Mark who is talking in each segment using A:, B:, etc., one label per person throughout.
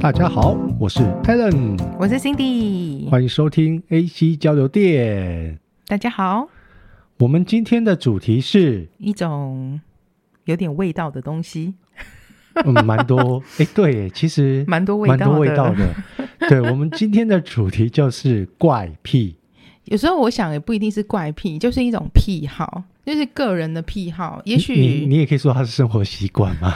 A: 大家好，我是 Alan，
B: 我是 Cindy，
A: 欢迎收听 AC 交流电。
B: 大家好。
A: 我们今天的主题 是，
B: 一种有点味道的东西，
A: 嗯，蛮多，哎，对耶，其实
B: 蛮多味
A: 嗯蛮
B: 道
A: 多
B: 的。
A: 味道的。 对，我们今天的主题就是怪癖。
B: 有时候我想也不一定是怪癖，就是一种癖好，就是个人的癖好。也
A: 你你
B: 许
A: 你也可以说它是生活习惯 嘛。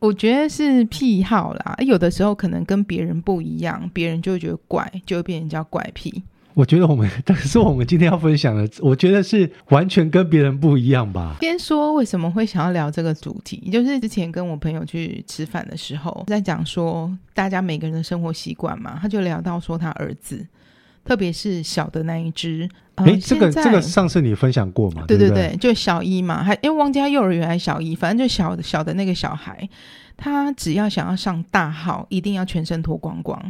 B: 我觉得是癖好啦，有的时候可能跟别人不一样，别人就会觉得怪，就会被人叫怪癖。
A: 我觉得我们， 但是我们今天要分享的，我觉得是完全跟别人不一样吧。
B: 先说为什么会想要聊这个主题，就是之前跟我朋友去吃饭的时候，在讲说大家每个人的生活习惯嘛，他就聊到说他儿子，特别是小的那一只，呃
A: 哎，这个
B: 现在
A: 这个上次你分享过嘛？
B: 对
A: 对
B: 对
A: 不
B: 对，就小一嘛，还因为忘记他幼儿园还是小一，反正就小小的那个小孩，他只要想要上大号，一定要全身脱光光。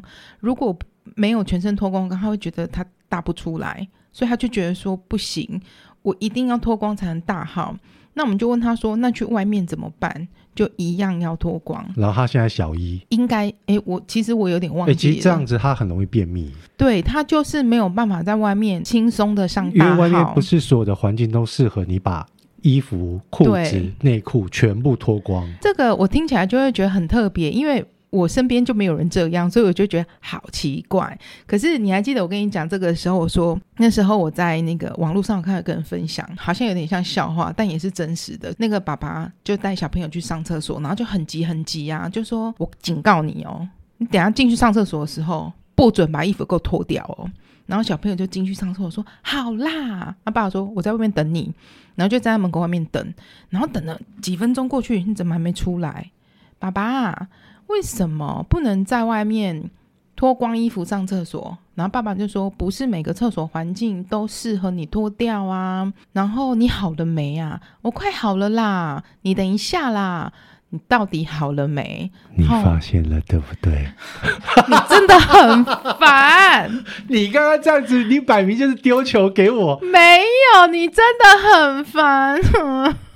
B: 如果没有全身脱光光，他会觉得他大不出来，所以他就觉得说不行，我一定要脱光才能大号。那我们就问他说，那去外面怎么办？就一样要脱光。
A: 然后他现在小一，
B: 应该，诶，我其实我有点忘
A: 哎，其
B: 记了。
A: 实这样子他很容易便秘，
B: 对他就是没有办法在外面轻松的上
A: 因为
B: 大
A: 外面
B: 号
A: 不。是所有的环境都适合你把衣服、裤子
B: 对、
A: 内裤全部脱光。
B: 这个我听起来就会觉得很特别，因为我身边就没有人这样，所以我就觉得好奇怪。可是你还记得我跟你讲这个时候，我说那时候我在那个网络上看到跟人分享，好像有点像笑话，但也是真实的。那个爸爸就带小朋友去上厕所，然后就很急很急啊，就说：“我警告你哦，你等一下进去上厕所的时候，不准把衣服给我脱掉哦。”然后小朋友就进去上厕所，说：“好啦。”他爸爸说：“我在外面等你。”然后就站在门口外面等，然后等了几分钟过去，你怎么还没出来？爸爸，为什么不能在外面脱光衣服上厕所？然后爸爸就说：“不是每个厕所环境都适合你脱掉啊。”然后你好了没啊？我快好了啦，你等一下啦。你到底好了没？
A: 你
B: 好
A: 发现了对不对？
B: 你真的很烦，
A: 你刚刚这样子，你摆明就是丢球给我。
B: 没有，你真的很烦。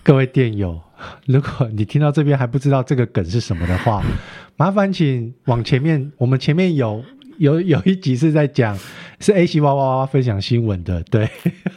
A: 各位电友，如果你听到这边还不知道这个梗是什么的话，麻烦请往前面，我们前面有有有一集是在讲是 A 七哇哇哇分享新闻的，对，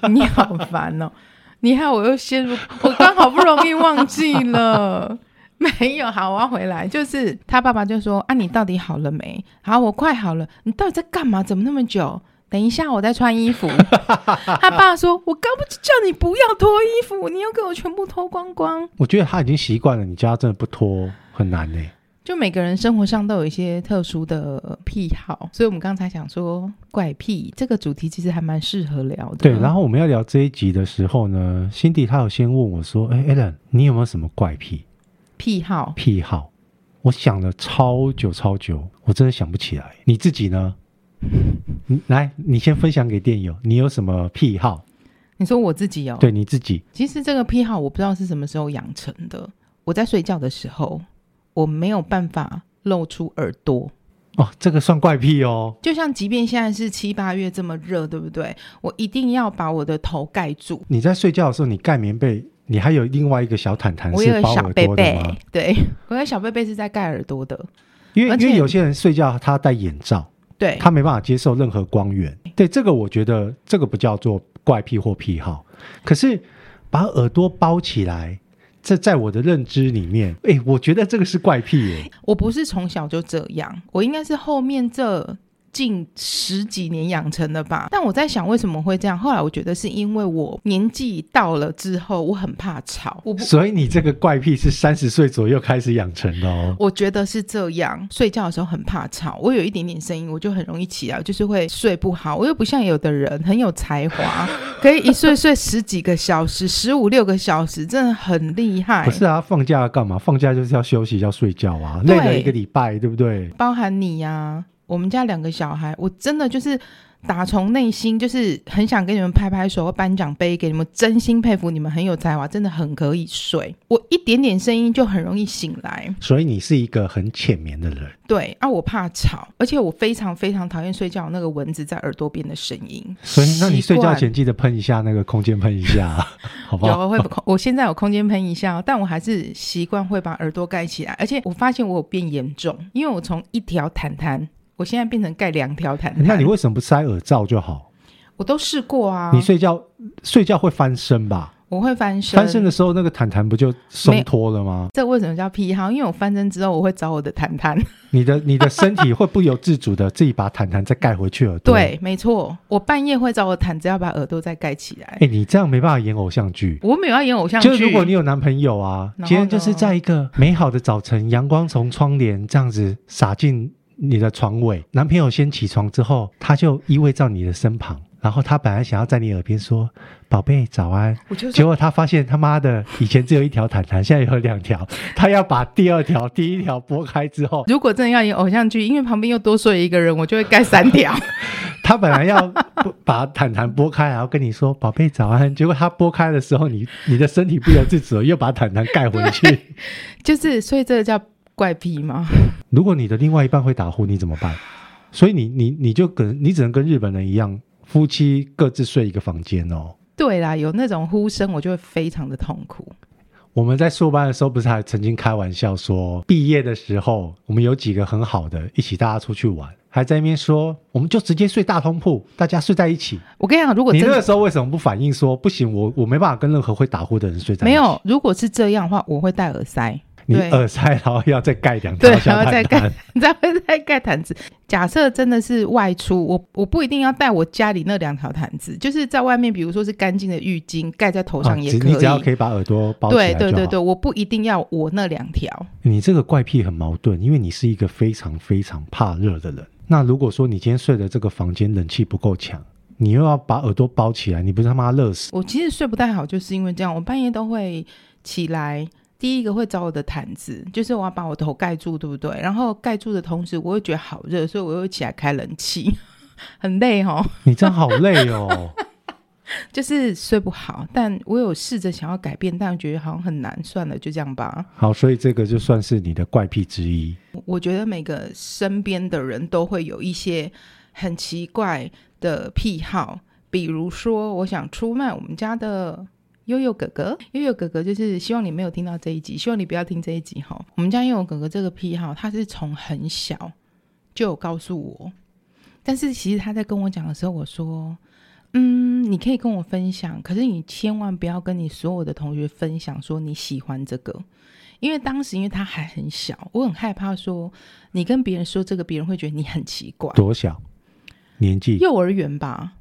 B: 你好烦哦！你看，我又陷入，我刚好不容易忘记了。没有，好，我要回来。就是他爸爸就说：“啊，你到底好了没？好，我快好了。你到底在干嘛？怎么那么久？等一下，我再穿衣服。”他爸说：“我刚不就叫你不要脱衣服，你又给我全部脱光光。
A: 我觉得他已经习惯了，你叫他真的不脱很难欸呢、”
B: 就每个人生活上都有一些特殊的癖好，所以我们刚才想说怪癖这个主题其实还蛮适合聊的。
A: 对，然后我们要聊这一集的时候呢，辛迪他有先问我说：“哎、a l a n 你有没有什么怪癖
B: 癖好，
A: 癖好？”我想了超久超久，我真的想不起来。你自己 呢？你来，你先分享给电友，你有什么癖好？
B: 你说我自己哦，
A: 对你自己，
B: 其实这个癖好我不知道是什么时候养成的。我在睡觉的时候，我没有办法露出耳朵。
A: 哦，这个算怪癖哦。
B: 就像即便现在是七八月这么热，对不对？我一定要把我的头盖住。
A: 你在睡觉的时候，你盖棉被，你还有另外一个小毯毯
B: 我
A: 是
B: 有个
A: 包
B: 小
A: 耳
B: 贝
A: 朵的
B: 贝
A: 吗？，
B: 对，我有小贝贝是在盖耳朵的。
A: 因为
B: 而
A: 因
B: 且
A: 为有些人睡觉他戴眼罩，
B: 对，
A: 他没办法接受任何光源。对，这个我觉得这个不叫做怪癖或癖好。可是把耳朵包起来，这在我的认知里面，哎，我觉得这个是怪癖耶。
B: 我不是从小就这样，我应该是后面这近十几年养成的吧。但我在想为什么会这样，后来我觉得是因为我年纪到了之后，我很怕吵，我不
A: 所以你这个怪癖是三十岁左右开始养成的哦。
B: 我觉得是这样，睡觉的时候很怕吵，我有一点点声音，我就很容易起来，我就是会睡不好。我又不像有的人很有才华，可以一睡睡十几个小时、十五六个小时，真的很厉害
A: 不。是啊，放假要干嘛？放假就是要休息，要睡觉啊，累了
B: 对
A: 一个礼拜，对不对？
B: 包含你呀、我们家两个小孩，我真的就是打从内心就是很想给你们拍拍手，颁奖杯给你们，真心佩服你们很有才华，真的很可以睡。我一点点声音就很容易醒来，
A: 所以你是一个很浅眠的人。
B: 对啊，我怕吵，而且我非常非常讨厌睡觉有那个蚊子在耳朵边的声音。
A: 所以，那你睡觉
B: 习惯
A: 前记得喷一下那个空间，喷一下，啊好不好？
B: 有会 不，我现在有空间喷一下哦，但我还是习惯会把耳朵盖起来，而且我发现我有变严重，因为我从一条毯毯，我现在变成盖两条毯
A: 那
B: 毯。
A: 你为什么不塞耳罩就好？
B: 我都试过啊，
A: 你睡觉睡觉会翻身吧？
B: 我会翻身，
A: 翻身的时候，那个毯毯不就松脱了吗？
B: 这为什么叫癖好？因为我翻身之后，我会找我的谈谈。
A: 你的你的身体会不由自主的自己把毯毯再盖回去耳朵。，
B: 对，没错，我半夜会找我毯子，要把耳朵再盖起来。
A: 哎，你这样没办法演偶像剧。
B: 我没有要演偶像剧，
A: 就是如果你有男朋友啊，
B: 然后呢
A: 今天就是在一个美好的早晨，阳光从窗帘这样子洒进你的床尾，男朋友先起床之后，他就依偎到你的身旁，然后他本来想要在你耳边说“宝贝早安”，
B: 我就
A: 结
B: 说
A: 果他发现他妈的以前只有一条毯毯，现在有两条， 他要把第二条、第一条拨开之后，
B: 如果真的要演偶像剧，因为旁边又多睡一个人，我就会盖三条。
A: 他本来要不把毯毯拨开，然后跟你说“宝贝早安”，结果他拨开的时候，你你的身体不由自主地又把毯毯盖回去。
B: 就是，所以这个叫怪癖吗？
A: 如果你的另外一半会打呼，你怎么办？所以你你你就跟你只能跟日本人一样，夫妻各自睡一个房间哦。
B: 对啦，有那种呼声，我就会非常的痛苦。
A: 我们在硕班的时候，不是还曾经开玩笑说，毕业的时候我们有几个很好的，一起大家出去玩，还在那边说，我们就直接睡大通铺，大家睡在一起。
B: 我跟你讲，如果
A: 你
B: 真
A: 那
B: 的
A: 个时候为什么不反应说，不行，我我没办法跟任何会打呼的人睡在一起？
B: 没，有，如果是这样的话，我会戴耳塞。
A: 你
B: 对
A: 耳塞，然后要再盖两条
B: 对，
A: 小
B: 然后
A: 毯
B: 再盖
A: 毯。，
B: 再会再盖毯子。假设真的是外出，我我不一定要带我家里那两条毯子，就是在外面，比如说是干净的浴巾盖在头
A: 啊
B: 上也
A: 只
B: 可以。
A: 你只要可以把耳朵包起来
B: 对
A: 就好。
B: 对对对，我不一定要我那两条。
A: 你这个怪癖很矛盾，因为你是一个非常非常怕热的人。那如果说你今天睡的这个房间冷气不够强，你又要把耳朵包起来，你不是他妈热死？
B: 我其实睡不太好，就是因为这样，我半夜都会起来。第一个会找我的毯子，就是我要把我头盖住，对不对？然后盖住的同时，我会觉得好热，所以我又起来开冷气， 很累哦。
A: 你这样好累哦。
B: 就是睡不好，但我有试着想要改变，但我觉得好像很难，算了，就这样吧。
A: 好，所以这个就算是你的怪癖之一。
B: 我我觉得每个身边的人都会有一些很奇怪的癖好，比如说，我想出卖我们家的。悠悠哥哥，悠悠哥哥就是希望你没有听到这一集，希望你不要听这一集哈。我们家悠悠哥哥这个癖好，他是从很小就有告诉我，但是其实他在跟我讲的时候，我说，嗯，你可以跟我分享，可是你千万不要跟你所有的同学分享说你喜欢这个，因为当时因为他还很小，我很害怕说你跟别人说这个，别人会觉得你很奇怪。
A: 多小年纪？
B: 幼儿园吧，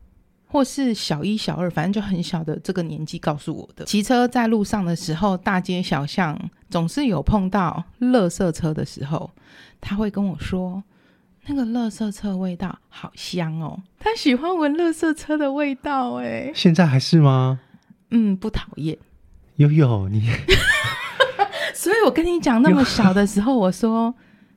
B: 或是小一、小二，反正就很小的这个年纪告诉我的。骑车在路上的时候，大街小巷总是有碰到垃圾车的时候，他会跟我说。那个垃圾车味道好香哦，他喜欢闻垃圾车的味道哎，
A: 现在还是吗？
B: 嗯，不讨厌。
A: 悠悠，你
B: 所以我跟你讲，那么小的时候，我说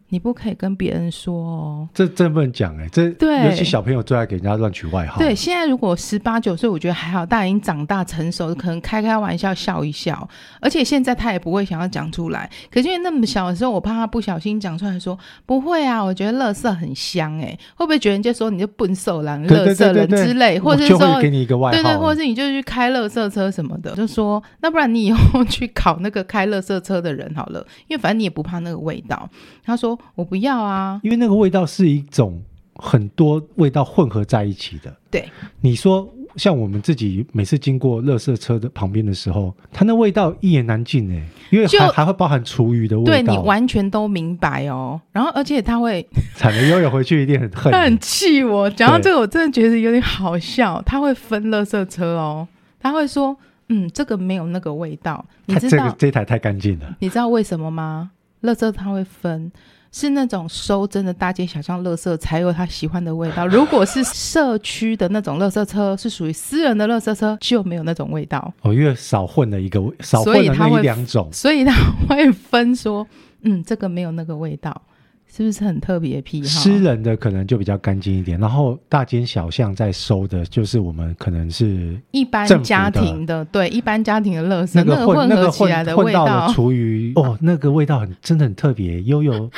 B: 你不可以跟别人说哦。
A: 这这不能讲哎、这
B: 对
A: 尤其小朋友最爱给人家乱取外号。
B: 对，，现在如果十八九岁，我觉得还好，大家已经长大成熟，可能开开玩笑笑一笑。而且现在他也不会想要讲出来，可是因为那么小的时候，我怕他不小心讲出来说不会啊，我觉得垃圾很香哎、会不会觉得人家说你就笨手狼、
A: 对对
B: 垃圾
A: 对
B: 人
A: 对
B: 之类，或者是
A: 就会
B: 说
A: 给你一个外号。
B: 对对，或者是你就去开垃圾车什么的，就说那不然你以后去考那个开垃圾车的人好了，因为反正你也不怕那个味道。他说我不要啊，
A: 因为那个味道是一种很多味道混合在一起的。
B: 对，
A: 你说像我们自己每次经过垃圾车的旁边的时候，它那味道一言难尽哎、因为
B: 就
A: 还还会包含厨余的
B: 对
A: 味道。
B: 你完全都明白哦。然后而且他会，
A: 惨了，悠悠回去一定很恨
B: 他很
A: 你。
B: 气我，讲到这个我真的觉得有点好笑。他会分垃圾车哦，他会说嗯这个没有那个味道，你
A: 他
B: 知
A: 这
B: 道
A: 个这台太干净了，
B: 你知道为什么吗？垃圾它会分，是那种收真的大街小巷垃圾才有它喜欢的味道。 如果是社区的那种垃圾车，是属于私人的垃圾车，就没有那种味道。
A: 哦，因为少混了一个味，少
B: 所
A: 混
B: 以
A: 了
B: 他
A: 那一
B: 会
A: 两种。
B: 所以它会分说，嗯，这个没有那个味道。是不是很特别的癖好？
A: 私人的可能就比较干净一点，然后大街小巷在收的，就是我们可能是
B: 一般
A: 政府
B: 家
A: 的
B: 庭的，对，一般家庭的垃圾，
A: 那
B: 个
A: 个混
B: 混合
A: 个
B: 起来
A: 混
B: 的
A: 混
B: 味
A: 到
B: 道
A: 了，厨余哦，那个味道很真的很特别。悠悠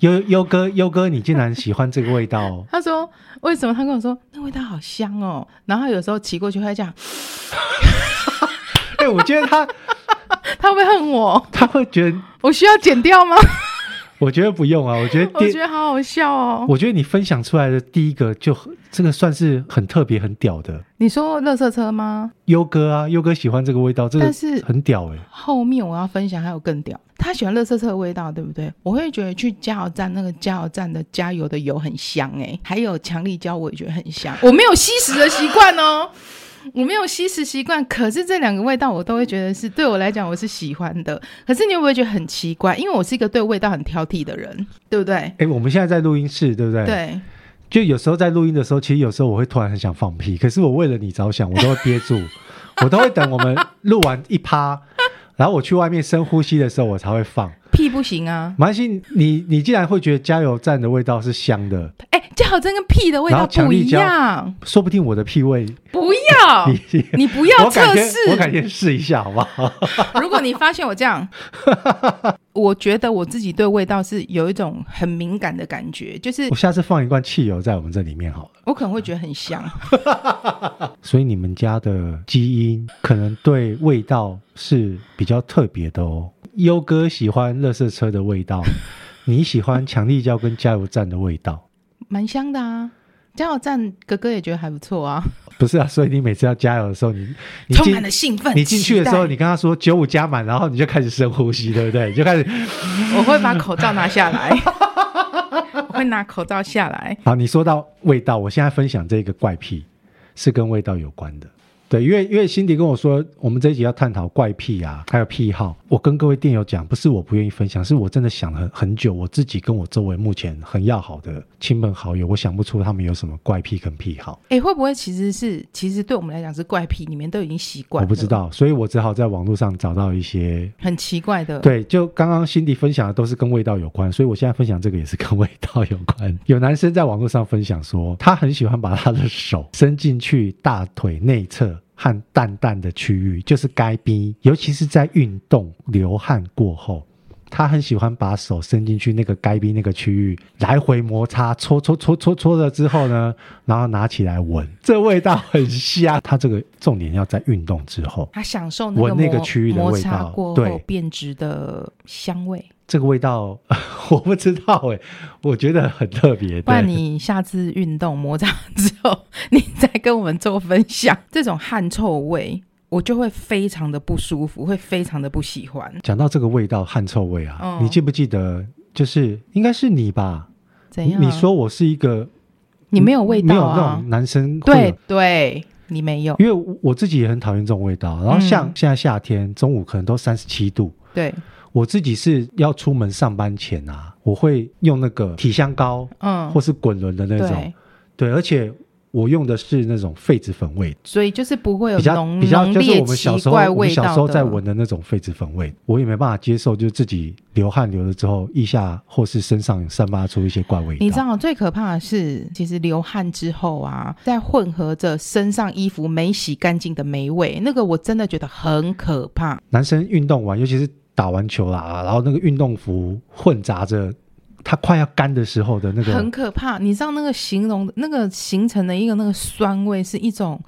A: 悠悠哥悠哥，你竟然喜欢这个味道 哦？
B: 他说为什么？他跟我说那味道好香哦。然后有时候骑过去会这样，
A: 哎、我觉得他
B: 他会不会恨我？
A: 他会觉得，
B: 我需要剪掉吗？
A: 我觉得不用啊，我觉得
B: 我
A: 第
B: 觉得好好笑哦。
A: 我觉得你分享出来的第一个就很这个算是很特别很屌的。
B: 你说垃圾车吗？
A: 优哥啊，优哥喜欢这个味道，这个
B: 但是
A: 很屌哎、
B: 后面我要分享还有更屌，他喜欢垃圾车的味道，对不对？我会觉得去加油站那个加油站的加油的油很香哎、还有强力胶我也觉得很香。我没有吸食的习惯哦，我没有吸食习惯，可是这两个味道我都会觉得是对我来讲我是喜欢的。可是你会不会觉得很奇怪？因为我是一个对味道很挑剔的人，对不对？
A: 哎、我们现在在录音室，对不对？。
B: 对，
A: 就有时候在录音的时候，其实有时候我会突然很想放屁，可是我为了你着想，我都会憋住， 我都会等我们录完一趴，然后我去外面深呼吸的时候，我才会放。
B: 屁不行啊！
A: 马来西亚，你你竟然会觉得加油站的味道是香的，
B: 哎，加油站跟屁的味
A: 然
B: 道
A: 后强
B: 不
A: 力
B: 一
A: 胶
B: 样，
A: 说不定我的屁味，
B: 不要，
A: 你
B: 你不
A: 我
B: 要
A: 改
B: 测
A: 天
B: 试，
A: 我改天试一下好不好？
B: 如果你发现我这样，我觉得我自己对味道是有一种很敏感的感觉，就是
A: 我下次放一罐汽油在我们这里面好了。
B: 我可能会觉得很香。
A: 所以你们家的基因可能对味道是比较特别的哦。优哥喜欢垃圾车的味 道，你喜欢强力胶跟加油站的味道，
B: 蛮香的啊。加油站哥哥也觉得还不错啊，
A: 不是啊？所以你每次要加油的时候，你你
B: 充
A: 进
B: 满了兴奋。
A: 你进去的时候，
B: 期
A: 你跟他说九五加满，然后你就开始深呼吸，对不对？你就开始
B: 待我会把口罩拿 下来，我会拿口罩下来。
A: 好，你说到味道，我现在分享这个怪癖是跟味道有关的。对，因为因为辛迪跟我说，我们这一集要探讨怪癖啊，还有癖好。我跟各位店友讲，不是我不愿意分享，是我真的想了很很久，我自己跟我周围目前很要好的亲朋好友，我想不出他们有什么怪癖跟癖好，
B: 哎，会不会其实是其实对我们来讲是怪癖，你们都已经习
A: 我
B: 惯了，
A: 不知道，所以我只好在网络上找到一些。
B: 很奇怪的。，
A: 对，就刚刚辛迪分享的都是跟味道有关，所以我现在分享这个也是跟味道有关。 有男生在网络上分享说，他很喜欢把他的手伸进去大腿内侧和蛋蛋的区域，就是该逼，尤其是在运动流汗过后。他很喜欢把手伸进去那个该逼那个区域来回摩擦，搓搓搓搓搓了之后呢，然后拿起来闻，这味道很香。他这个重点要在运动之后，
B: 他享受那个
A: 闻那个
B: 摩
A: 区域的
B: 摩
A: 味
B: 擦
A: 道
B: 过后
A: 对
B: 变质的香味。
A: 这个味道 我不知道哎、我觉得很特别。
B: 不然
A: 对
B: 你下次运动摩擦 之后，你再跟我们做分享。这种汗臭味，我就会非常的不舒服，会非常的不喜欢。
A: 讲到这个味道，汗臭味啊，
B: 哦
A: 你记不记得？就是应该是你吧？
B: 怎样？啊
A: 你说我是一个
B: 你没有味
A: 没
B: 道
A: 有那
B: 啊
A: 种？男生会有
B: 对对，你没有。
A: 因为我自己也很讨厌这种味道。然后像
B: 嗯
A: 现在夏天，中午可能都三十七度，
B: 对，
A: 我自己是要出门上班前啊，我会用那个体香膏
B: 嗯
A: 或，是滚轮的那种，
B: 对，
A: 对，而且我用的是那种痱子粉味。
B: 所以就是不会有
A: 比较
B: 浓
A: 比较
B: 浓
A: 就是
B: 烈
A: 我们小
B: 奇
A: 时候
B: 怪
A: 我们
B: 味
A: 小
B: 道的。
A: 时候在闻的那种痱子粉味，我也没办法接受，就是自己流汗流了之后，腋下或是身上散发出一些怪味道。
B: 你知道最可怕的是，其实流汗之后啊，再混合着身上衣服没洗干净的霉味，那个我真的觉得很可怕。
A: 男生运动完，尤其是打完球啦，然后那个运动服混杂着他快要干的时候的那
B: 很
A: 个，
B: 可怕。你知道那个形容那个形成的一个那个酸味是一种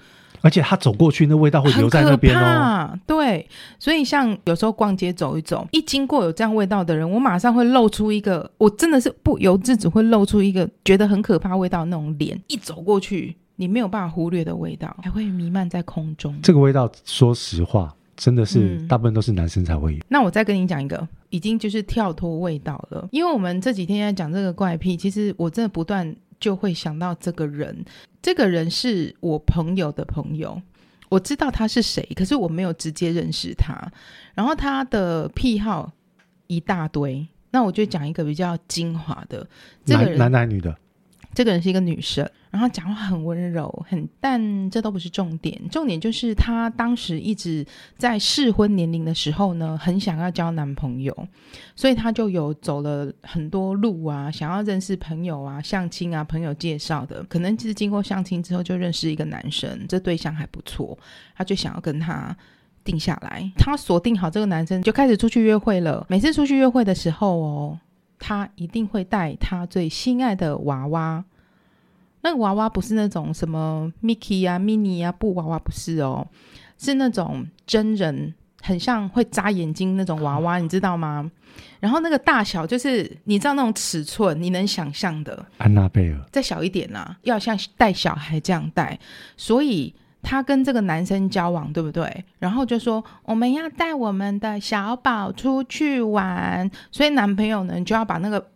A: 而且他走过去，那味道会留
B: 很
A: 在
B: 可
A: 那边哦。
B: 怕，对。所以像有时候逛街走一走，一经过有这样味道的人，我马上会露出一个，我真的是不由自主会露出一个觉得很可怕味道的那种脸，一走过去。你没有办法忽略的味道，还会弥漫在空中。
A: 这个味道，说实话，真的是
B: 嗯
A: 大部分都是男生才会有。
B: 那我再跟你讲一个，已经就是跳脱味道了，因为我们这几天在讲这个怪癖，其实我真的不断就会想到这个人，这个人是我朋友的朋友。我知道他是谁，可是我没有直接认识他。然后他的癖好一大堆，那我就讲一个比较精华的。这个
A: 男
B: 人
A: 男男女的，
B: 这个人是一个女生，然后讲话很温柔，很但这都不是重点，重点就是她当时一直在适婚年龄的时候呢，很想要交男朋友，所以她就有走了很多路啊，想要认识朋友啊、相亲啊、朋友介绍的，可能就是经过相亲之后就认识一个男生，这对象还不错，她就想要跟他定下来。她锁定好这个男生，就开始出去约会了。每次出去约会的时候哦，她一定会带她最心爱的娃娃。那个娃娃不是那种什么 Mickey 啊、Mini 啊布娃娃，不是哦，是那种真人，很像会眨眼睛那种娃娃，你知道吗？然后那个大小就是你知道那种尺寸，你能想象的。
A: 安娜贝尔，
B: 再小一点啦、要像带小孩这样带。所以她跟这个男生交往，对不对？然后就说我们要带我们的小宝出去玩，所以男朋友呢就要把那个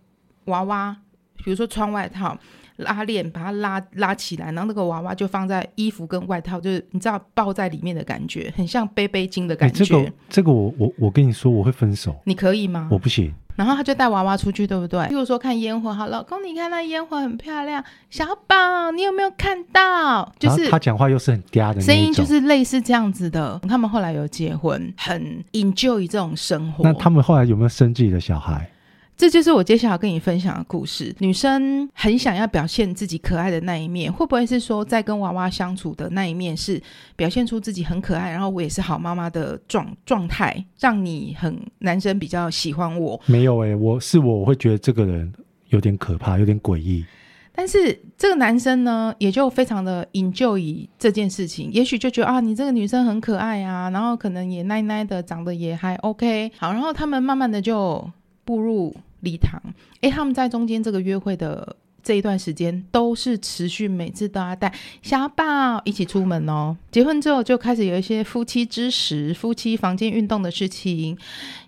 B: 娃娃，比如说穿外套。拉链把它拉拉起来，然后那个娃娃就放在衣服跟外套，就是你知道抱在里面的感觉，很像背背巾的
A: 哎、
B: 感觉。啊
A: 这个这个我我我跟你说，我会分手，
B: 你可以吗？
A: 我不行。
B: 然后他就带娃娃出去，对不对？譬如说看烟火，好，老公，你看那烟火很漂亮，小宝，你有没有看到？就
A: 然后
B: 是
A: 他讲话又是很嗲的那一种，
B: 声音就是类似这样子的。他们后来有结婚，很 enjoy 这种生活。
A: 那他们后来有没有生自己的小孩？
B: 这就是我接下来要跟你分享的故事。女生很想要表现自己可爱的那一面，会不会是说在跟娃娃相处的那一面是表现出自己很可爱，然后我也是好妈妈的状状态，让你很男生比较喜欢我？
A: 没有哎、我是我，我会觉得这个人有点可怕，有点诡异。
B: 但是这个男生呢，也就非常的 enjoy 这件事情，也许就觉得啊，你这个女生很可爱啊，然后可能也奶奶的，长得也还 OK。好，然后他们慢慢的就步入礼堂。诶，他们在中间这个约会的这一段时间，都是持续每次都要带小宝一起出门哦。结婚之后就开始有一些夫妻之实、夫妻房间运动的事情，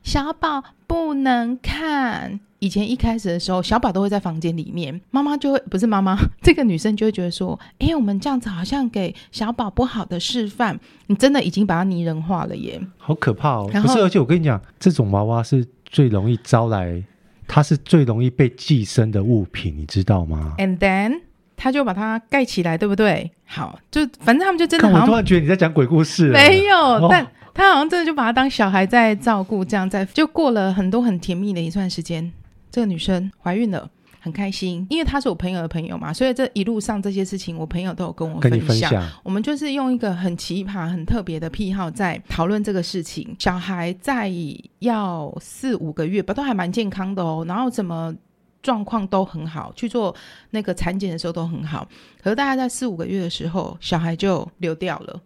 B: 小宝不能看。以前一开始的时候，小宝都会在房间里面，妈妈就会不是妈 妈，这个女生就会觉得说，诶，我们这样子好像给小宝不好的示范，你真的已经把它拟人化了耶。
A: 好可怕哦！
B: 然
A: 不
B: 后
A: 是，而且我跟你讲，这种娃娃是最容易招来，它是最容易被寄生的物品，你知道吗？
B: And then 他就把它盖起来，对不对？好，就反正他们就真的
A: 看，我
B: 好
A: 突
B: 像
A: 然觉得你在讲鬼故事了。
B: 没有，
A: 哦
B: 但他好像真的就把他当小孩在照顾，这样在就过了很多很甜蜜的一段时间。这个女生怀孕了。很开心，因为她是我朋友的朋友嘛，所以这一路上这些事情，我朋友都有跟我
A: 跟你分
B: 享。
A: 享，
B: 我们就是用一个很奇葩、很特别的癖好在讨论这个事情。小孩在要四五个月吧，都还蛮健康的哦，然后怎么状况都很好，去做那个产检的时候都很好。可是大概在四五个月的时候，小孩就流掉了，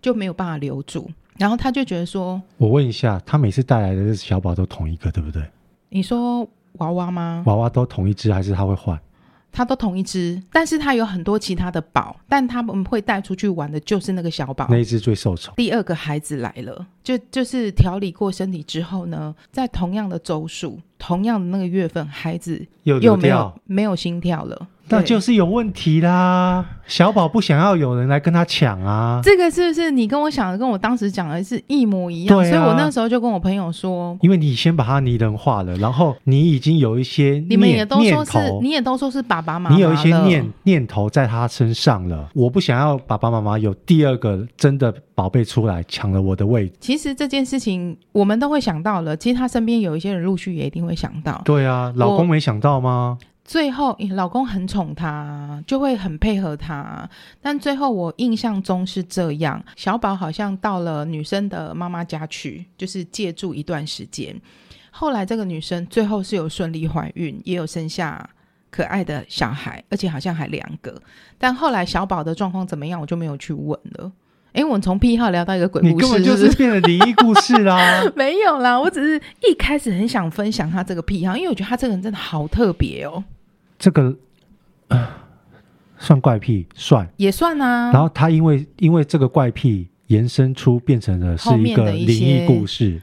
B: 就没有办法留住。然后他就觉得说
A: 我问一下，他每次带来的这小宝都同一个，对不对？：“
B: 你说娃娃吗？
A: 娃娃都同一只，还是他会换？
B: 他都同一只，但是他有很多其他的宝，但他们会带出去玩的就是那个小宝。”
A: 那一只最受宠。
B: 第二个孩子来了，就就是调理过身体之后呢，在同样的周数、同样的那个月份，孩子
A: 又流
B: 又没有
A: 掉，
B: 没有心跳了。
A: 那
B: 对
A: 就是有问题啦。小宝不想要有人来跟他抢啊，
B: 这个是不是你跟我想的跟我当时讲的是一模一样？
A: 对啊
B: 所以我那时候就跟我朋友说，
A: 因为你先把它拟人化了，然后你已经有一些念
B: 你们也都说
A: 念
B: 是，
A: 头，
B: 你也都说是爸爸妈妈，
A: 你有一些念。念头在他身上了。我不想要爸爸妈妈有第二个真的宝贝出来抢了我的位置。
B: 其实这件事情我们都会想到了，其实他身边有一些人陆续也一定会想到。
A: 对啊，老公没想到吗？
B: 最后，诶老公很宠她，就会很配合她。但最后我印象中是这样，小宝好像到了女生的妈妈家去，就是借住一段时间。后来这个女生最后是有顺利怀孕，也有生下可爱的小孩，而且好像还两个。但后来小宝的状况怎么样，我就没有去问了。诶，我们从癖好聊到一个鬼
A: 你
B: 故事，
A: 根本就是是变成灵异故事啦。
B: 没有啦，我只是一开始很想分享他这个癖好，因为我觉得他这个人真的好特别哦，
A: 这个、呃算怪癖，算。
B: 也算啊。
A: 然后他因为因为这个怪癖延伸出变成了是
B: 后
A: 一
B: 面
A: 个
B: 的一
A: 灵异
B: 些
A: 故 事，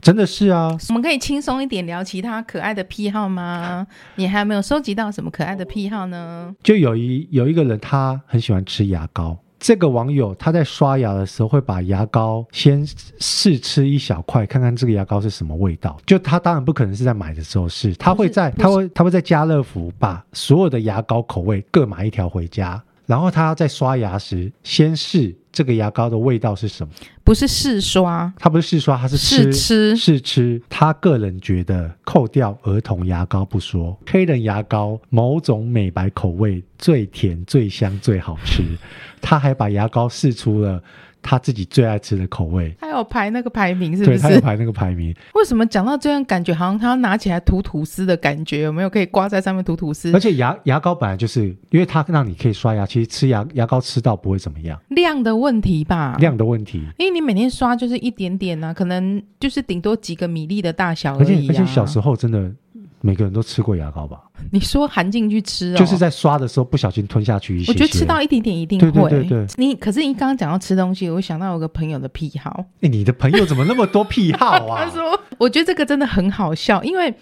A: 真的是啊。
B: 我们可以轻松一点聊其他可爱的癖好吗？你还有没有收集到什么可爱的癖好呢？
A: 就有一有一个人，他很喜欢吃牙膏，这个网友他在刷牙的时候会把牙膏先试吃一小块，看看这个牙膏是什么味道。就他当然不可能是在买的时候试，他会在
B: 不是
A: 他会他会在家乐福把所有的牙膏口味各买一条回家，然后他在刷牙时先试这个牙膏的味道是什么。
B: 不是试刷，
A: 他不是试刷，他是吃
B: 是吃
A: 试吃。他个人觉得，扣掉儿童牙膏不说，黑人牙膏某种美白口味最甜、最香、最好吃。 他还把牙膏试出了他自己最爱吃的口味。
B: 还有排那个排名是不
A: 对他有
B: 是？
A: 排那个排名，
B: 为什么讲到这样，感觉好像他要拿起来吐吐司的感觉？有没有可以挂在上面吐吐司
A: 而？且牙牙膏本来就是，因为它让你可以刷牙，其实吃牙牙膏吃到不会怎么样，
B: 量的问题吧，
A: 量的问题。
B: 因为你每天刷就是一点点啊，可能就是顶多几个米粒的大小
A: 而且
B: 已、啊。
A: 而且小时候真的每个人都吃过牙膏吧，
B: 你说含进去吃、哦，
A: 就是在刷的时候不小心吞下去一些些。
B: 我觉得吃到一点点一定
A: 对
B: 会。
A: 对对对
B: 你可是你刚刚讲到吃东西，我想到有个朋友的癖好，
A: 哎，你的朋友怎么那么多癖好啊？
B: 他说，我觉得这个真的很好笑，因为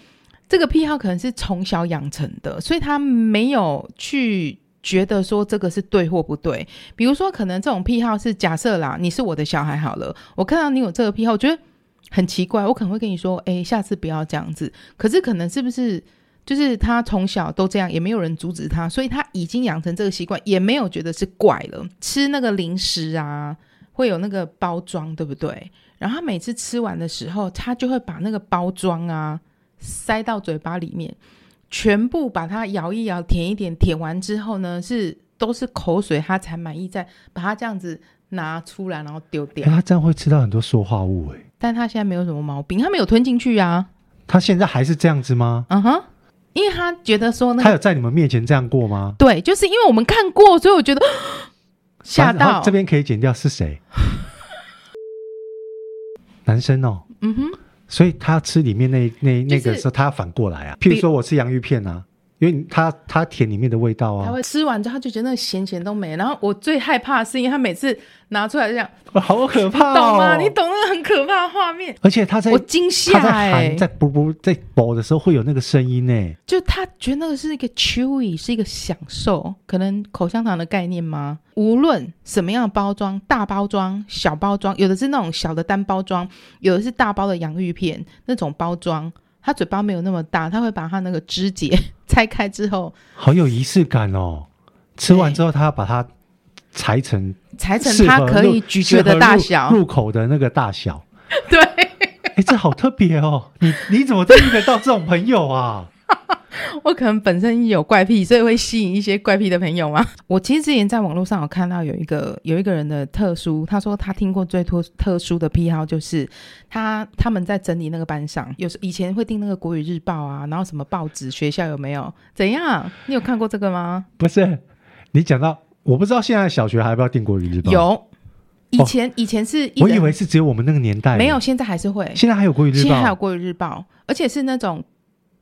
B: 这个癖好可能是从小养成的，所以他没有去。觉得说这个是对或不对，比如说可能这种癖好是假设啦，你是我的小孩好了，我看到你有这个癖好，我觉得很奇怪，我可能会跟你说，哎、下次不要这样子。可是可能是不是就是他从小都这样，也没有人阻止他，所以他已经养成这个习惯，也没有觉得是怪了。吃那个零食啊，会有那个包装，对不对？然后他每次吃完的时候，他就会把那个包装啊塞到嘴巴里面，全部把它摇一摇，舔一点，舔完之后呢，是都是口水，他才满意，再把它这样子拿出来，然后丢
A: 哎、
B: 掉。
A: 他这样会吃到很多塑化物哎、
B: 但他现在没有什么毛病，他没有吞进去啊，
A: 他现在还是这样子吗？
B: 嗯哼，因为他觉得说那
A: 他
B: 个
A: 有在你们面前这样过吗？
B: 对，就是因为我们看过，所以我觉得 吓
A: 然
B: 到
A: 后这，边可以剪掉是 谁？男生哦，
B: 嗯哼，
A: 所以他吃里面那那
B: 就是
A: 那个时候，他要反过来啊。譬如说我吃洋芋片啊，因为他他舔里面的味道
B: 他
A: 啊，
B: 会吃完之后他就觉得那个咸咸都没了，然后我最害怕的是因为他每次拿出来就这样，
A: 哇好可怕
B: 懂吗？
A: 哦！
B: 你懂那个很可怕的画面，
A: 而且他在
B: 我惊吓
A: 他在
B: 哎、
A: 喊在啵啵在啵的时候会有那个声音欸呢。
B: 就他觉得那个是一个 chewy，是一个享受，可能口香糖的概念吗？无论什么样的包装，大包装、小包装，有的是那种小的单包装，有的是大包的洋芋片那种包装，他嘴巴没有那么大，他会把他那个指节 拆开之后
A: 好有仪式感哦。吃完之后，他要把它裁成
B: 裁成
A: 适合
B: 他可以
A: 入
B: 咀嚼的大小
A: 适合，入入口的那个大小。
B: 对，
A: 哎，这好特别哦！你你怎么都遇得到这种朋友 啊？
B: 我可能本身有怪癖，所以会吸引一些怪癖的朋友吗？ 我其实之前在网络上有看到有一个有一个人的特殊，他说他听过最特特殊的癖好就是他他们在整理那个班上，有时以前会订那个国语日报啊，然后什么报纸，学校有没有？怎样？你有看过这个吗？
A: 不是，你讲到我不知道现在小学还要不要订国语日报？，
B: 有，以前、以前是一
A: 我
B: 人
A: 以为是只有我们那个年代，
B: 没有，，现在还是会，
A: 现在还有国语日
B: 现在还有
A: 报。
B: 国语日报，而且是那种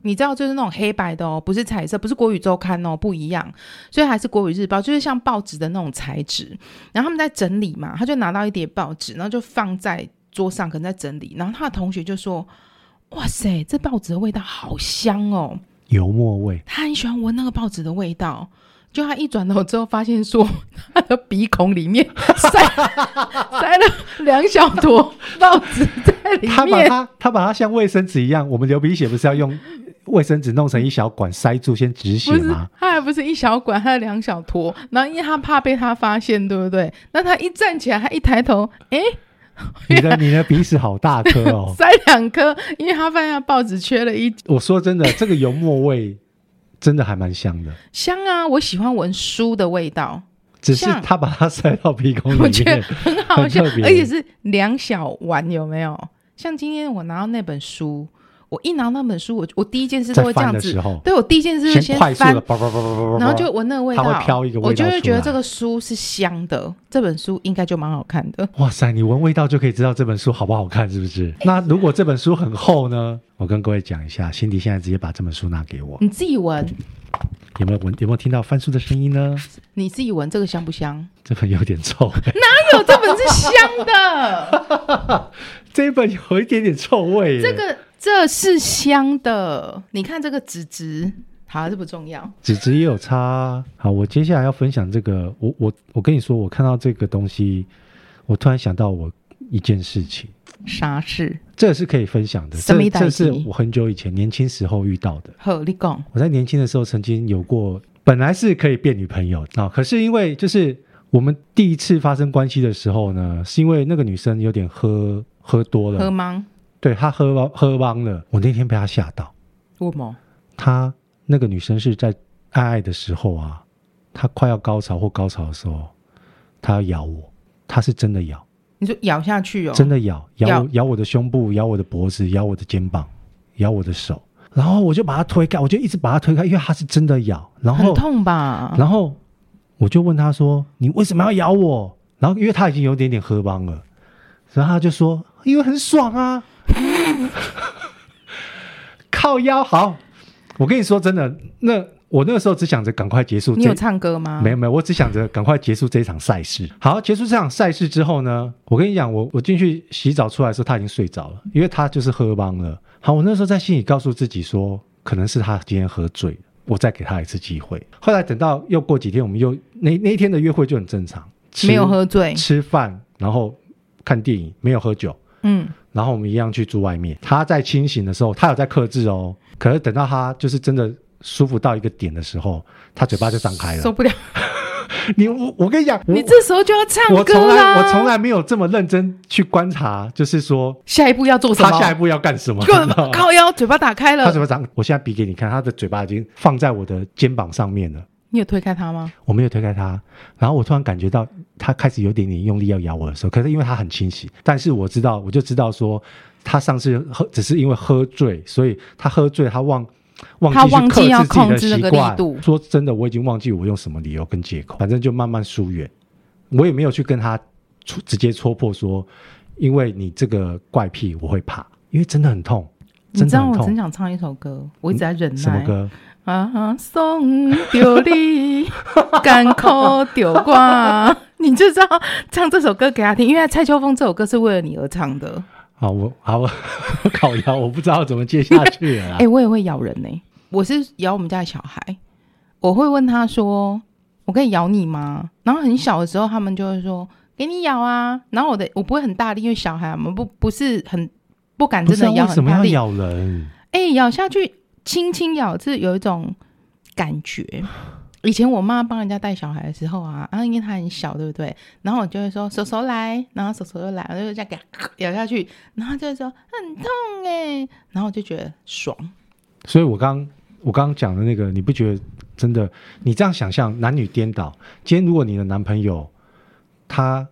B: 你知道，就是那种黑白的哦，不是彩色，不是国语周刊哦，不一样，所以还是国语日报，就是像报纸的那种材质。然后他们在整理嘛，他就拿到一叠报纸，然后就放在桌上，可能在整理。然后他的同学就说：“哇塞，这报纸的味道好香哦！”
A: 油墨味，
B: 他很喜欢闻那个报纸的味道。就他一转头之后，发现说 他的鼻孔里面塞 塞了两小坨报纸在里
A: 他把
B: 面。
A: 它他把它像卫生纸一样，我们流鼻血不是要 用卫生纸弄成一小管塞住先止血
B: 不是
A: 吗？，
B: 他还不是一小管，他有两小坨。然后因为他怕被他发现，对不对？那他一站起来，他一抬头，哎，！
A: 你的你的鼻屎好大颗哦
B: 塞两颗，因为他发现他报纸缺了一
A: 我说真的，这个油墨味真的还蛮香的，
B: 香啊！我喜欢闻书的味道，
A: 只是
B: 像
A: 他把它塞到鼻孔
B: 我
A: 里
B: 觉得
A: 面，
B: 很好笑，
A: 很特别
B: 而且是两小碗，有没有？像今天我拿到那本书，我一拿到那本书，我我第一件事都
A: 在
B: 会这
A: 翻
B: 样
A: 的
B: 子
A: 时，候，
B: 对我第一件事是
A: 快速
B: 翻
A: 的，叭叭叭叭叭叭，
B: 然后就闻那个味
A: 它
B: 道，
A: 会飘一个味道
B: 我就会
A: 出
B: 觉
A: 来
B: 得这个书是香的，这本书应该就蛮好看的。
A: 哇塞，你闻味道就可以知道这本书好不好看，是不是？
B: 哎
A: 那如果这本书很厚呢？我跟各位讲一下，辛迪现在直接把这本书拿给我，
B: 你自己闻，
A: 有没有闻？有没有听到翻书的声音呢？
B: 你自己闻这个香不香？
A: 这本有点臭，
B: 哪有哎这本是香 的？
A: 这本有一点点臭味耶。
B: 这个这是香的，你看这个纸质，好，这不重要。
A: 纸质也有差啊。好，我接下来要分享这个，我我我跟你说，我看到这个东西，我突然想到我一件事情，
B: 啥事？
A: 这是可以分享的，
B: 什么
A: 这
B: 代
A: 这是
B: 志
A: 我很久以前年轻时候遇到的。
B: 好，你讲。
A: 我在年轻的时候曾经有过，本来是可以变女朋友啊、可是因为就是我们第一次发生关系的时候呢，是因为那个女生有点喝喝多
B: 喝
A: 了，
B: 吗？
A: 对啊她喝汪喝汪了，我那天被她吓到。
B: 我吗？
A: 她那个女生是在爱爱的时候啊，她快要高潮或高潮的时候，她要咬我，她是真的咬，
B: 你说咬下去哦，
A: 真的咬，咬
B: 咬
A: 我咬我的胸部，咬我的脖子，咬我的肩膀，咬我的手，然后我就把她推开，我就一直把她推开，因为她是真的咬，然
B: 很
A: 后。
B: 痛啊吧？
A: 然后我就问他说：“你为什么要咬我？”然后因为他已经有点点喝帮了，然后他就说：“因为很爽啊， 靠腰好。”我跟你说真的，那我那个时候只想着赶快结束
B: 你有
A: 这。
B: 唱歌吗？
A: 没有没有，我只想着赶快结束这一场赛事。好，结束这场赛事之后呢，我跟你讲，我我进去洗澡出来的时候，他已经睡着了，因为他就是喝帮了。好，我那时候在心里告诉自己说，可能是他今天喝醉了，我再给他一次机会。后来等到又过几天，我们又那那一天的约会就很正常，吃
B: 没有喝醉。
A: 吃饭，然后看电影，没有喝酒。
B: 嗯，
A: 然后我们一样去住外面。他在清醒的时候，他有在克制哦。可是等到他就是真的舒服到一个点的时候，他嘴巴就张开了
B: 受。不了。
A: 你我我跟你讲，我
B: 你这时啊候就要唱
A: 我
B: 歌
A: 从来
B: 啦！
A: 我从来没有这么认真去观察，就是说
B: 下一步要做什
A: 他
B: 么？
A: 下一步要干什么。
B: 根本靠腰，嘴巴打开
A: 他怎
B: 了。
A: 么长？我现在比给你看，他的嘴巴已经放在我的肩膀上面了。
B: 你有推开他吗？
A: 我没有推开他，然后我突然感觉到他开始有点点用力要咬我的时候，可是因为他很清醒，但是我知道，我就知道说他上次喝只是因为喝醉，所以他喝醉，他忘忘
B: 他
A: 记去
B: 忘
A: 克
B: 记要
A: 制自己
B: 控
A: 的
B: 制那个
A: 习
B: 力
A: 惯
B: 度。
A: 说真的，我已经忘记我用什么理由跟借口，反正就慢慢疏远。我也没有去跟他戳直接戳破说，因为你这个怪癖我会怕，因为真的很痛，
B: 你
A: 真
B: 知
A: 的
B: 道
A: 很
B: 我真
A: 痛。
B: 想唱一首歌，我一直在忍耐。
A: 什么歌？
B: 啊，送 丢你，干苦丢挂。你就知道唱这首歌给他听，因为蔡秋凤这首歌是为了你而唱的。
A: 好，啊我好我 我烤腰，我不知道怎么接下去了啦
B: 哎、。我也会咬人呢、我是咬我们家的小孩，我会问他说：“我可以咬你吗？”然后很小的时候，他们就会说：“给你咬啊。”然后我的我不会很大力，因为小孩我们不不是很不敢
A: 不
B: 真
A: 知道
B: 的咬
A: 为什
B: 很
A: 么
B: 大
A: 要
B: 力。
A: 咬人？
B: 哎、咬下去，轻轻咬，是有一种感觉。以前我妈帮人家带小孩的时候啊，啊，因为她很小，对不对？然后我就会说手手来，然后手手就来，我就这样给它咬下去，然后她就会说很痛哎、然后我就觉得爽。
A: 所以我刚我刚刚讲的那个，你不觉得真的？你这样想象男女颠倒，今天如果你的男朋友他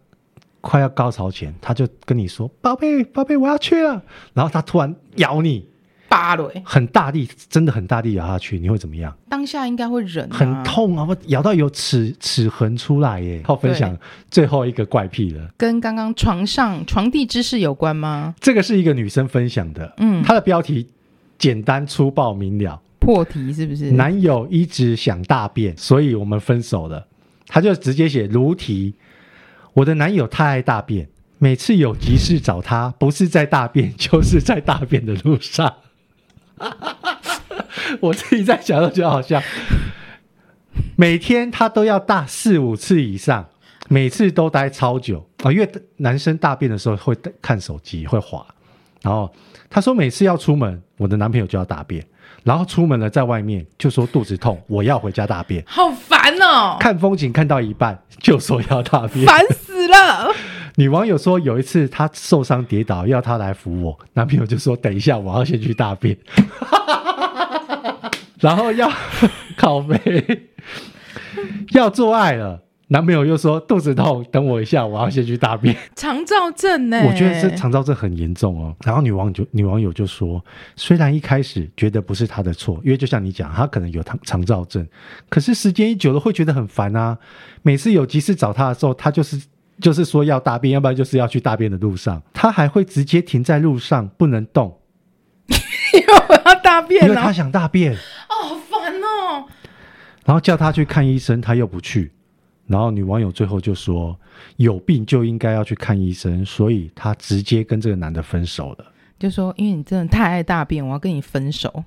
A: 快要高潮前，他就跟你说：“宝贝，宝贝，我要去了。”然后他突然咬你，
B: 扒了，欸
A: 很大力，真的很大力咬下去，你会怎么样？
B: 当下应该会忍、啊，
A: 很。痛啊！我咬到有齿齿痕出来耶。好，分享最后一个怪癖了。
B: 跟刚刚床上床地姿势有关吗？
A: 这个是一个女生分享的，
B: 嗯，
A: 她的标题简单粗暴明了。
B: 破题是不是？
A: 男友一直想大便，所以我们分手了。他就直接写如题，我的男友太爱大便，每次有急事找他，不是在大便，就是在大便的路上。 我自己在想都觉得好笑。每天他都要大四五次以上，每次都待超久啊、因为男生大便的时候会看手机，会滑。然后哦他说每次要出门，我的男朋友就要大便，然后出门了在外面就说肚子痛，我要回家大便。
B: 好烦哦、
A: 看风景看到一半就说要大 便。
B: 烦死了！
A: 女网友说有一次她受伤跌倒，要她来扶我，男朋友就说等一下，我要先去大便。 然后要 靠背，要做爱了，男朋友又说肚子痛，等我一下，我要先去大便。
B: 肠燥症欸呢、
A: 我觉得这肠燥症很严重哦。然后女网友女网友就说，虽然一开始觉得不是她的错，因为就像你讲，她可能有肠肠燥症，可是时间一久了会觉得很烦啊。每次有急事找她的时候，她就是就是说要大便，要不然就是要去大便的路上，她还会直接停在路上不能动，
B: 因为我要大便啊
A: 因为
B: 了，
A: 她想大便，
B: 哦，好烦哦、
A: 然后叫她去看医生，她又不去。然后女网友最后就说：“有病就应该要去看医生。”所以她直接跟这个男的分手了。
B: 就说因为你真的太爱大便，我要跟你分手。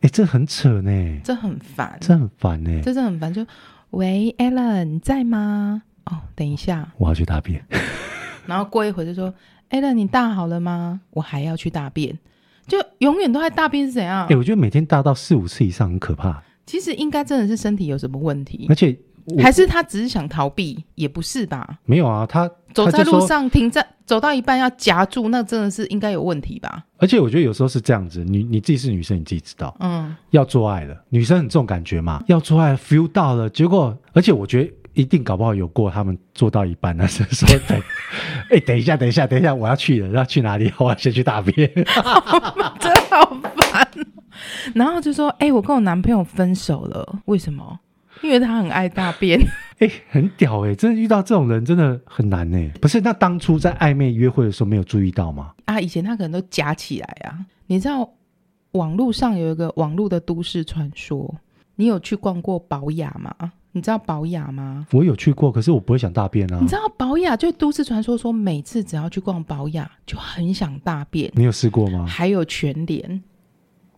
A: 哎，这很扯呢，
B: 这很烦，
A: 这很烦欸呢。
B: 这是很烦。就喂，Allen 你在吗？哦，等一下，
A: 我要去大便，
B: 嗯 然后过一会儿就说：“Allen，你大好了吗？我还要去大便。”就永远都在大便是怎样
A: 哎，？我觉得每天大到四五次以上很可怕，
B: 其实应该真的是身体有什么问题
A: 而，且我
B: 嗯还是他只是想逃避？也不是吧？
A: 没有啊，他
B: 走在
A: 他就说
B: 路上停在走到一半要夹住，那真的是应该有问题吧？
A: 而且我觉得有时候是这样子，你你自己是女生，你自己知道，
B: 嗯，
A: 要做爱了，女生很重感觉嘛，要做爱 feel 到了，结果，而且我觉得一定搞不好有过他们做到一半，男生 说等，哎、等一下，等一下，等一下，我要去了，要去哪里？我要先去大便。
B: 真的好烦。然后就说：“哎、我跟我男朋友分手了，为什么？因为他很爱大便。
A: 哎、很屌哎、真的遇到这种人真的很难哎、不是，那当初在暧昧约会的时候没有注意到吗？
B: 啊，以前他可能都夹起来啊。你知道网络上有一个网络的都市传说，你有去逛过宝雅吗？你知道宝雅吗？
A: 我有去过，可是我不会想大便啊
B: 你。知道宝雅就都市传说说，每次只要去逛宝雅就很想大便，
A: 你有试过吗？
B: 还有全联，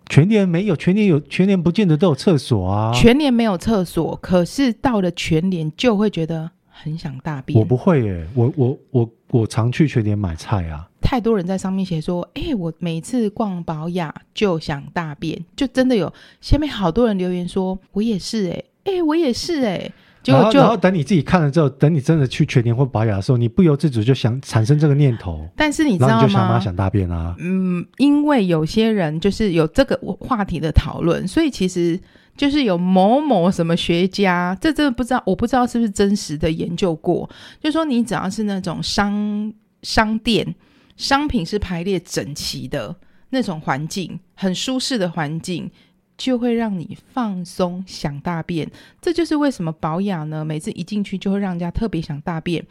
A: 全年没有，全年有，全年不见得都有厕所啊。
B: 全联没有厕所，可是到了全联就会觉得很想大便。
A: 我不会耶、我我我我常去全年买菜啊。
B: 太多人在上面写说，哎、我每次逛保雅就想大便，就真的有下面好多人留言说，我也是、诶哎、我也是、诶哎，结
A: 然后
B: 果
A: 然后
B: 就，
A: 等你自己看了之后，等你真的去全年或保养的时候，你不由自主就想产生这个念头，
B: 但是你知
A: 然后
B: 道
A: 你就想妈
B: 吗？
A: 想大便啊。
B: 嗯，因为有些人就是有这个话题的讨论，所以其实就是有某某什么学家，这真的不知道，我不知道是不是真实的研究过，就说你只要是那种商商店商品是排列整齐的那种环境，很舒适的环境。就会让你放松想大便，这就是为什么保养呢？每次一进去就会让人家特别想大便，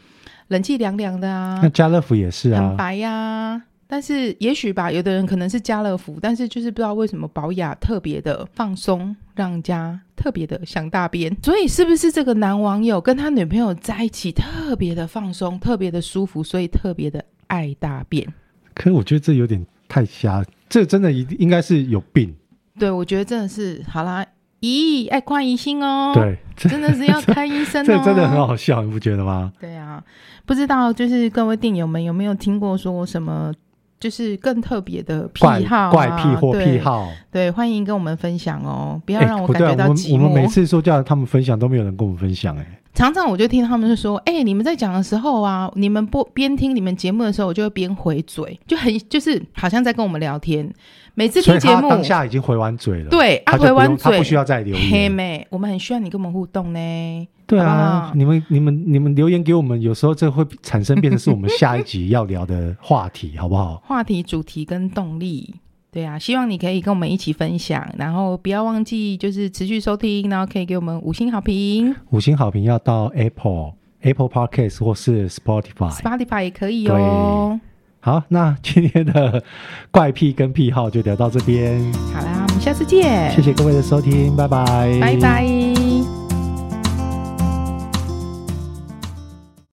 B: 冷气凉凉的啊，
A: 那家乐福也是啊
B: 很，白呀、但是也许吧，有的人可能是家乐福，但是就是不知道为什么保雅特别的放松，让人家特别的想大便。所以是不是这个男网友跟他女朋友在一起特别的放松，特别的舒服，所以特别的爱大便？
A: 可是我觉得这有点太瞎，这真的一定应该是有病。
B: 对，我觉得真的是好啦，咦，爱看医生哦，，
A: 对，这
B: 真的是要看医生哦，
A: 这真的很好笑，你不觉得吗？
B: 对啊，不知道就是各位电友们有没有听过说什么，就是更特别的癖
A: 怪
B: 好、啊、
A: 怪癖或癖
B: 对
A: 好，
B: 对，欢迎跟我们分享哦，不
A: 不
B: 要让我
A: 不
B: 感
A: 对啊，
B: 觉到
A: 我们
B: 寂
A: 我们
B: 寞。哦
A: 每次说叫他们分享都没有人跟我们分享，哎，
B: 常常我就听他们就说：“哎、你们在讲的时候啊，你们播边听你们节目的时候，我就会边回嘴，就很就是好像在跟我们聊天。每次
A: 所以
B: 听节
A: 他
B: 目，
A: 当下已经回完嘴了，，
B: 对，啊，
A: 他就不
B: 回
A: 用
B: 完
A: 他
B: 嘴
A: 不，需要再留
B: 嘿
A: 言，
B: 妹，我们很需要你跟我们互动呢。
A: 对
B: 好不
A: 啊
B: 好，
A: 你们你们你们留言给我们，有时候这会产生变成是我们下一集要聊的话题，好不好？
B: 话题、主题跟动力。对啊，希望你可以跟我们一起分享，然后不要忘记就是持续收听，然后可以给我们五星好评
A: 五星好评要到 Apple Apple Podcast 或是 Spotify。
B: ，Spotify 也可以哦。
A: 好，那今天的怪癖跟癖好就聊到这边，
B: 好啦，我们下次见，
A: 谢谢各位的收听，拜拜，
B: 拜拜。